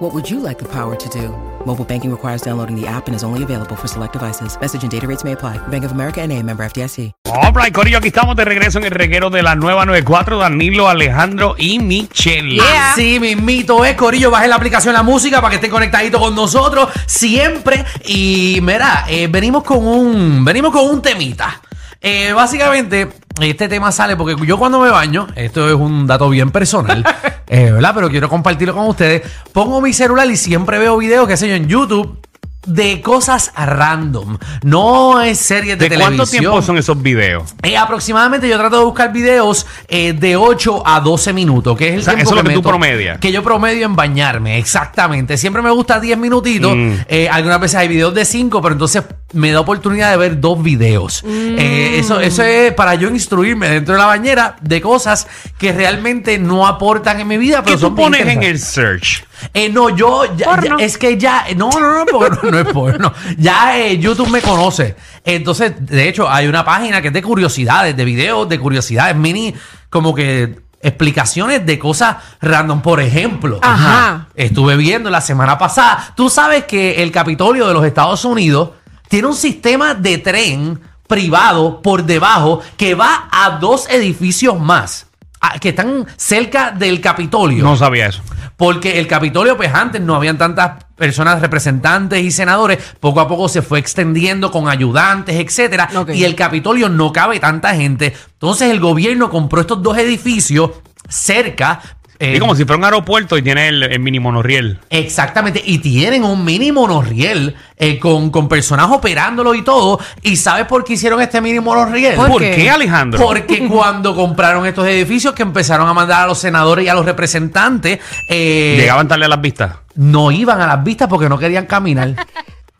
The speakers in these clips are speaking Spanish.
What would you like the power to do? Mobile banking requires downloading the app and is only available for select devices. Message and data rates may apply. Bank of America and a member FDIC. Hola, y Corillo, aquí estamos de regreso en el reguero de la nueva 94, Danilo, Alejandro y Michelle. Yeah. Así mismito es, Corillo. Bajen la aplicación La Música para que estén conectaditos con nosotros siempre. Y mira, eh, venimos con un venimos con un temita. Eh, básicamente, este tema sale porque yo cuando me baño, esto es un dato bien personal, eh, ¿verdad? Pero quiero compartirlo con ustedes. Pongo mi celular y siempre veo videos, qué sé yo, en YouTube de cosas random. No es series de, ¿De cuánto televisión. tiempo son esos videos? Eh, aproximadamente yo trato de buscar videos eh, de 8 a 12 minutos, que es el O sea, tiempo eso es lo que tú meto- promedias. Que yo promedio en bañarme, exactamente. Siempre me gusta 10 minutitos. Mm. Eh, algunas veces hay videos de 5, pero entonces me da oportunidad de ver dos videos. Eh, eso, eso es para yo instruirme dentro de la bañera de cosas que realmente no aportan en mi vida. Pero ¿Qué tú son bien pones en interesantes. el search? Eh, no, yo ya- Porno. ya- es que ya no, no, no, porque no, no es porno. Ya eh, YouTube me conoce. Entonces, de hecho, hay una página que es de curiosidades, de videos, de curiosidades mini, como que explicaciones de cosas random, por ejemplo. Ajá. Estuve viendo la semana pasada. Tú sabes que el Capitolio de los Estados Unidos tiene un sistema de tren privado por debajo que va a dos edificios más. ah, Que están cerca del Capitolio. No sabía eso. Porque el Capitolio, pues antes no habían tantas personas, representantes y senadores, poco a poco se fue extendiendo con ayudantes, etcétera, Ok. y el Capitolio no cabe tanta gente. Entonces el gobierno compró estos dos edificios cerca. eh, Es como si fuera un aeropuerto y tiene el, el mini monorriel. Exactamente, y tienen un mini monorriel eh, con, con personas operándolo y todo. ¿Y sabes por qué hicieron este mini monorriel? ¿Por ¿Por, qué? qué, Alejandro? Porque cuando compraron estos edificios que empezaron a mandar a los senadores y a los representantes, eh, Llegaban tarde a las vistas. no iban a las vistas porque no querían caminar.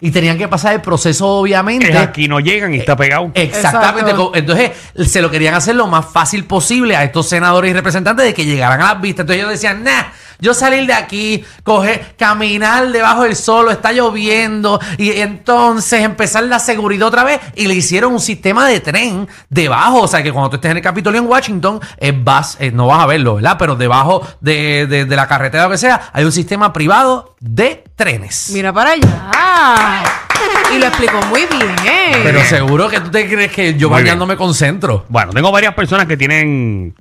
y tenían que pasar el proceso, obviamente. Es aquí no llegan y Eh, está pegado. Exactamente. Exacto. co- Entonces, se lo querían hacer lo más fácil posible a estos senadores y representantes de que llegaran a las vistas. Entonces ellos decían, nah, yo salir de aquí, coger, caminar debajo del sol, está lloviendo, y entonces empezar la seguridad otra vez, y le hicieron un sistema de tren debajo. O sea que cuando tú estés en el Capitolio en Washington, eh, vas, eh, no vas a verlo, ¿verdad? Pero debajo de, de- de la carretera o lo que sea, hay un sistema privado de trenes. Mira para allá. Y lo explicó muy bien. ¿eh? Pero seguro que tú te crees que yo Muy bien. bañándome concentro. Bueno, tengo varias personas que tienen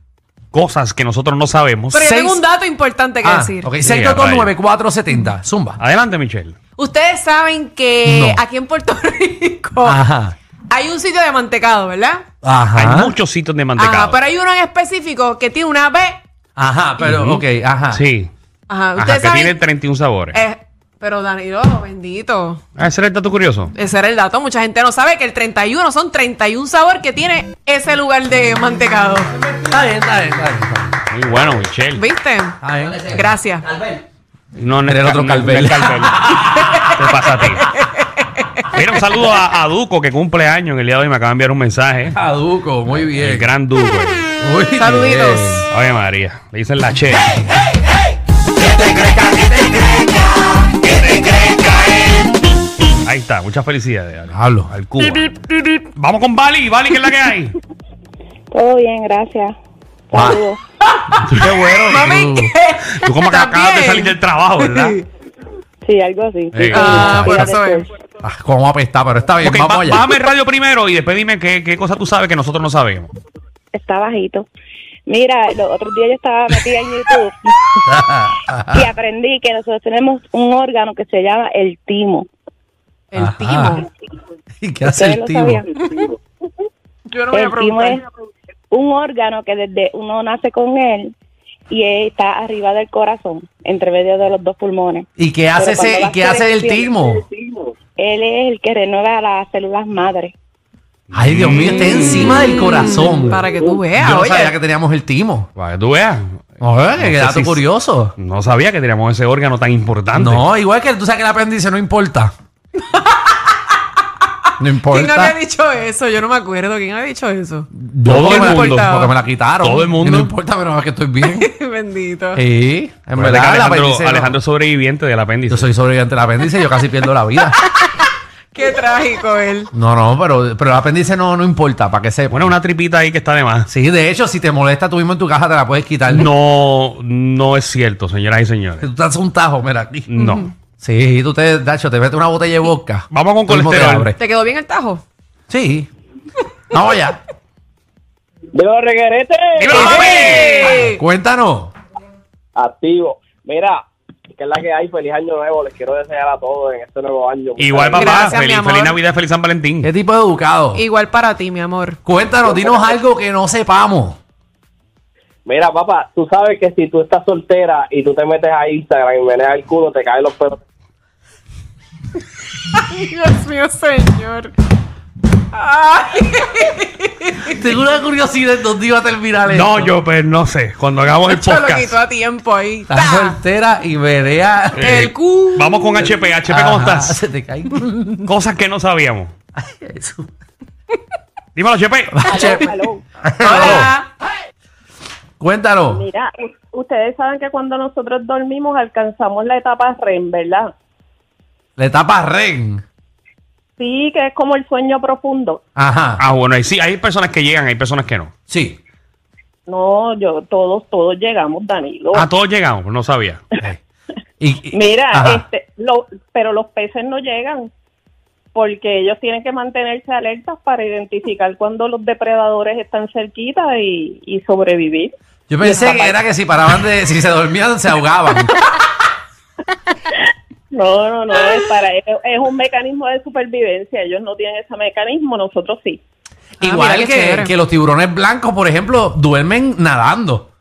cosas que nosotros no sabemos. Pero yo seis- tengo un dato importante que Ah, decir. ok. Sí, Ah, 6229470. Zumba. Adelante, Michelle. Ustedes saben que No. aquí en Puerto Rico Ah. Ajá. hay un sitio de mantecado, ¿verdad? Ajá. Ah, Hay muchos sitios de mantecado. Ajá, pero hay uno en específico que tiene una B. Ajá, pero Ujú. ok, ajá. Ah, Sí. Ajá, Ajá, ustedes que saben. tiene 31 sabores. eh, pero Danilo, bendito. Ah, ¿Ese era el dato curioso? Ese era el dato. Mucha gente no sabe que el 31 son 31 sabor que tiene ese lugar de mantecado. Está bien, está bien, está bien. está Muy bueno, Michelle. ¿Viste? Ah. bien. Está bien. Gracias. No, no Era el ca- otro no, Calvel. no es Te pasa a ti. Mira, un saludo a, a Duco, que cumple años en el día de hoy. Me acaba de enviar un mensaje. Aduco, muy El bien. gran Duco. Muy Saluditos. bien. Oye, María. Le dicen la che. Ahí está. Muchas felicidades. Ale. Hablo. Al Cuba. Vamos con Bali. Bali, que es la que hay. Todo bien, gracias. Ah. Saludos. Qué bueno. Mami, Tú- ¿qué? Tú como que acabas de También. salir del trabajo, ¿verdad? Sí, algo así. Eh, Ah, por Fuera eso de es. curso. Ah, cómo apesta, pero está bien, Ok, vamos ba- allá. bájame el radio primero y después dime qué, qué cosa tú sabes que nosotros no sabemos. Está bajito. Mira, los otros días yo estaba metida en YouTube Ah. y aprendí que nosotros tenemos un órgano que se llama el timo. El Ajá. timo. ¿Y qué hace ¿Ustedes el lo tío? sabían? Yo no voy a El timo es preguntar. un órgano que desde uno nace con él y está arriba del corazón, entre medio de los dos pulmones. ¿Y qué hace Pero cuando ese, y vas qué hace el creciendo, timo? Él es el que renueva las células madre. Ay, Dios mío, está encima del corazón. Mm, Para que tú veas, Yo no oye. sabía que teníamos el timo. Para que tú veas. Oye, qué sé dato si- curioso. No sabía que teníamos ese órgano tan importante. No, igual que tú sabes que el apéndice no importa. No ¿Quién había importa. dicho eso? Yo no me acuerdo. ¿Quién había dicho eso? Todo Porque el me- mundo. Porque me la quitaron. Todo el mundo. Y no importa, menos mal que estoy bien. Bendito. Eh. Sí, en Acuérdate verdad. que la Pues Alejandro, apéndice no- Alejandro es sobreviviente del apéndice. Yo soy sobreviviente del apéndice, yo casi pierdo la vida. Qué trágico él. No, no, pero, pero el apéndice no, no importa, para que sepa. Bueno, una tripita ahí que está de más. Sí, de hecho, si te molesta tú mismo en tu casa, te la puedes quitar. No, no es cierto, señoras y Que señores. tú te haces un tajo, mira aquí. No. Sí, tú te, Dacho, te metes una botella de vodka. Vamos con Tú mismo te colesterol. abres. ¿Te quedó bien el tajo? Sí. Vamos allá. ¡Dímelo, reguerete! ¡Dímelo, ¡Ey! Cuéntanos. Activo. Mira, que es la que hay, feliz año nuevo. Les quiero desear a todos en este nuevo año. Igual, papá. Gracias, mi feliz, amor. feliz Navidad, feliz San Valentín. ¿Qué tipo de educado? Igual para ti, mi amor. Cuéntanos, dinos algo que no sepamos. Mira, papá, tú sabes que si tú estás soltera y tú te metes a Instagram y meneas el culo, te caen los pelos. Ay, Dios mío, señor. Ay, Tengo una curiosidad en dónde iba a terminar esto. No, yo pues no sé. Cuando hagamos el yo lo quito podcast. a tiempo ahí. Estás ¡Ta! soltera y verea. El cu. Vamos con HP. HP, Eh, ¿cómo Ajá, estás? Se te cae. Cosas que no sabíamos. Ay, eso. Dímelo, HP. Che, Aló. Hola. Cuéntanos. Mira, u- ustedes saben que cuando nosotros dormimos alcanzamos la etapa REM, ¿verdad? Le tapas ren. Sí, que es como el sueño profundo. Ajá. Ah, bueno, ahí sí, hay personas que llegan, hay personas que no. Sí. No, yo todos todos llegamos, Danilo. A todos llegamos, pues no sabía. Y- y- Mira, ajá. este, lo, pero los peces no llegan porque ellos tienen que mantenerse alertas para identificar cuando los depredadores están cerquita y, y sobrevivir. Yo pensé esta que parte- era que si paraban de, si se dormían, se Ah, ahogaban. No, no, no, es, para, es, es un mecanismo de supervivencia. Ellos no tienen ese mecanismo, nosotros sí. Ah, Igual mira qué que, chévere. que los tiburones blancos, por ejemplo, duermen nadando.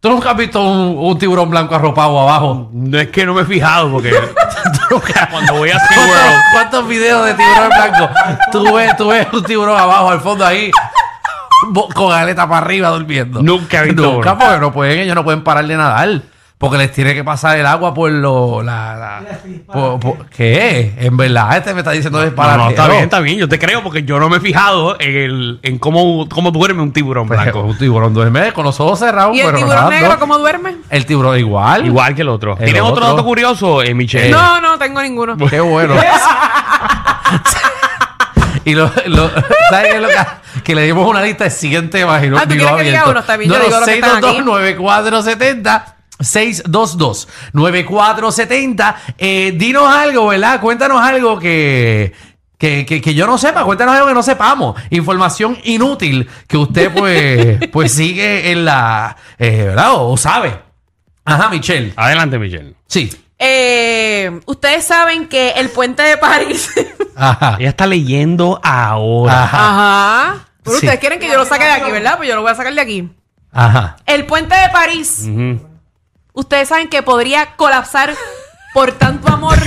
¿Tú nunca has visto un, un tiburón blanco arropado abajo? No es que no me he fijado, porque cuando voy a ¿Cuántos, SeaWorld, cuántos videos de tiburón blanco? Tú ves, tú ves un tiburón abajo, al fondo ahí, bo- con aleta para arriba durmiendo. Nunca he visto Nunca, uno. porque no pueden, ellos no pueden parar de nadar. Porque les tiene que pasar el agua por lo. La, la- por- por- ¿Qué? En verdad, este me está diciendo es No, para no, está bien, está bien, yo te creo porque yo no me he fijado en, el, en cómo, cómo duerme Pues, un tiburón blanco. Un tiburón duerme con los ojos cerrados, ¿Y el pero tiburón nadando. negro cómo duerme? El tiburón igual. Igual que el otro. El ¿Tienes otro otro. dato curioso, eh, Michelle? No, no tengo ninguno. Qué bueno. y lo, lo- ¿sabes qué es lo que, que le dimos una lista de 100 temas y no Ah, ¿tú digo quieres que diga abierto. uno? Está bien, No, yo digo no, los que están aquí. 622-9470. 622-9470. Eh, dinos algo, ¿verdad? Cuéntanos algo que, que, que, que yo no sepa. Cuéntanos algo que no sepamos. Información inútil que usted, pues, pues sigue en la. eh, ¿Verdad? O, o sabe. Ajá, Michelle. Adelante, Michelle. Sí. Eh, Ustedes saben que el puente de París. Ajá. Ella está leyendo ahora. Ajá. Ajá. Pero Sí. ustedes quieren que yo lo saque de aquí, ¿verdad? Pues yo lo voy a sacar de aquí. Ajá. El puente de París. Ujú. Ustedes saben que podría colapsar por tanto amor.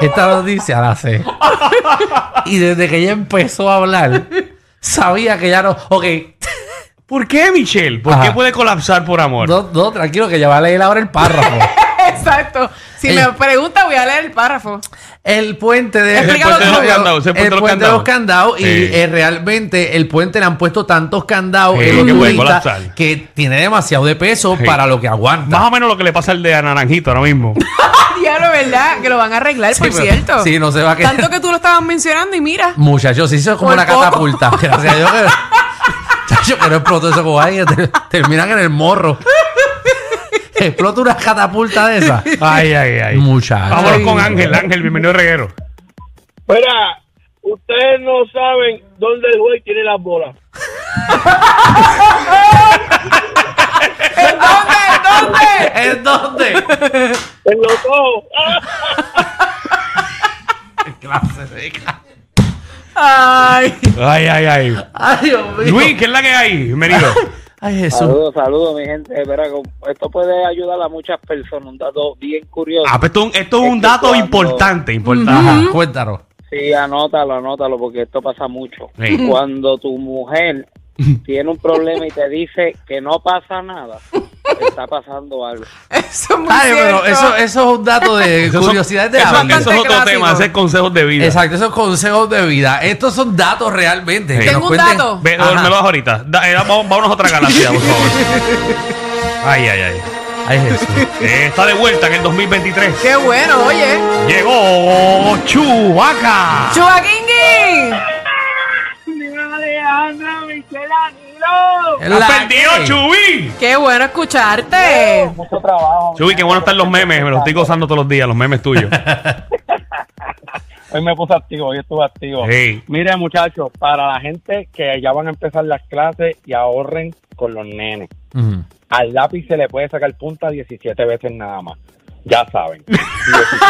Esta noticia la sé. Y desde que ella empezó a hablar, sabía que ya no. Ok, ¿Por qué, Michelle? ¿Por Ajá. qué puede colapsar por amor? no, no, tranquilo, que ya va a leer ahora el párrafo. Exacto. Si Ella- me pregunta, voy a leer el párrafo. El puente de, El puente de los candados, el puente de el los puente de los candados. candados. Y Sí. eh, realmente el puente le han puesto tantos candados Sí, en que puede Lurita colapsar. que tiene demasiado de peso Sí. para lo que aguanta. Más o menos lo que le pasa al de Naranjito ahora mismo. Diablo, ¿verdad? Que lo van a arreglar, Sí, por pero- cierto. Sí, no se va a quedar. Tanto que tú lo estabas mencionando y mira. Muchachos, eso es como Por una poco. catapulta. Gracias a Dios que, Chacho, que no explotó eso como alguien. te- terminan en el morro. Explota una catapulta de esa. Ay, ay, ay. Muchachos. Vámonos con Ángel. Ángel, bienvenido a Reguero. Mira, ustedes no saben dónde el güey tiene las bolas. ¿En dónde? ¿En dónde? ¿En dónde? En los ojos. Clase de ca- Ay. Ay, ay, ay. Ay, Dios mío. Luis, ¿qué es la que hay? Bienvenido. Ay, Jesús. Saludos, saludos, mi gente. Mira, esto puede ayudar a muchas personas. Un dato bien curioso. Ah, pues esto, es un- esto es un Esto dato cuando- importante, importante. Ajá, cuéntanos. Sí, anótalo, anótalo, porque esto pasa mucho. Sí. Cuando tu mujer tiene un problema y te dice que no pasa nada, está pasando algo. Eso es muy Ay, cierto. pero eso, eso es un dato de Esos son- curiosidad de eso- la Bastante vida. Eso es otro clásico. tema, ese es consejos de vida. Exacto, esos consejos de vida. Estos son datos realmente. Sí. que Tengo nos un cuenten- dato. Ve, Ajá. duérmelo ahorita. Da- eh, vamos- vámonos a otra galaxia, por favor. Ay, ay, ay. Ay, Jesús. Eh, está de vuelta en el 2023. Qué bueno, oye. Llegó Chubaca. Chubaquingui. La ¡Has perdido, que- Chubi! Qué bueno escucharte. Mucho trabajo. Chubi, qué bueno están los memes. Me los estoy gozando todos los días, los memes tuyos. Hoy me puse activo, hoy estuve activo. Sí. Mire, muchachos, para la gente que ya van a empezar las clases y ahorren con los nenes. Ujú. Al lápiz se le puede sacar punta 17 veces nada más. Ya saben. 17 veces.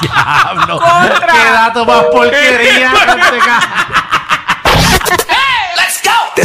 Diablo. Contra. ¡Qué dato más porquería! este ca- Te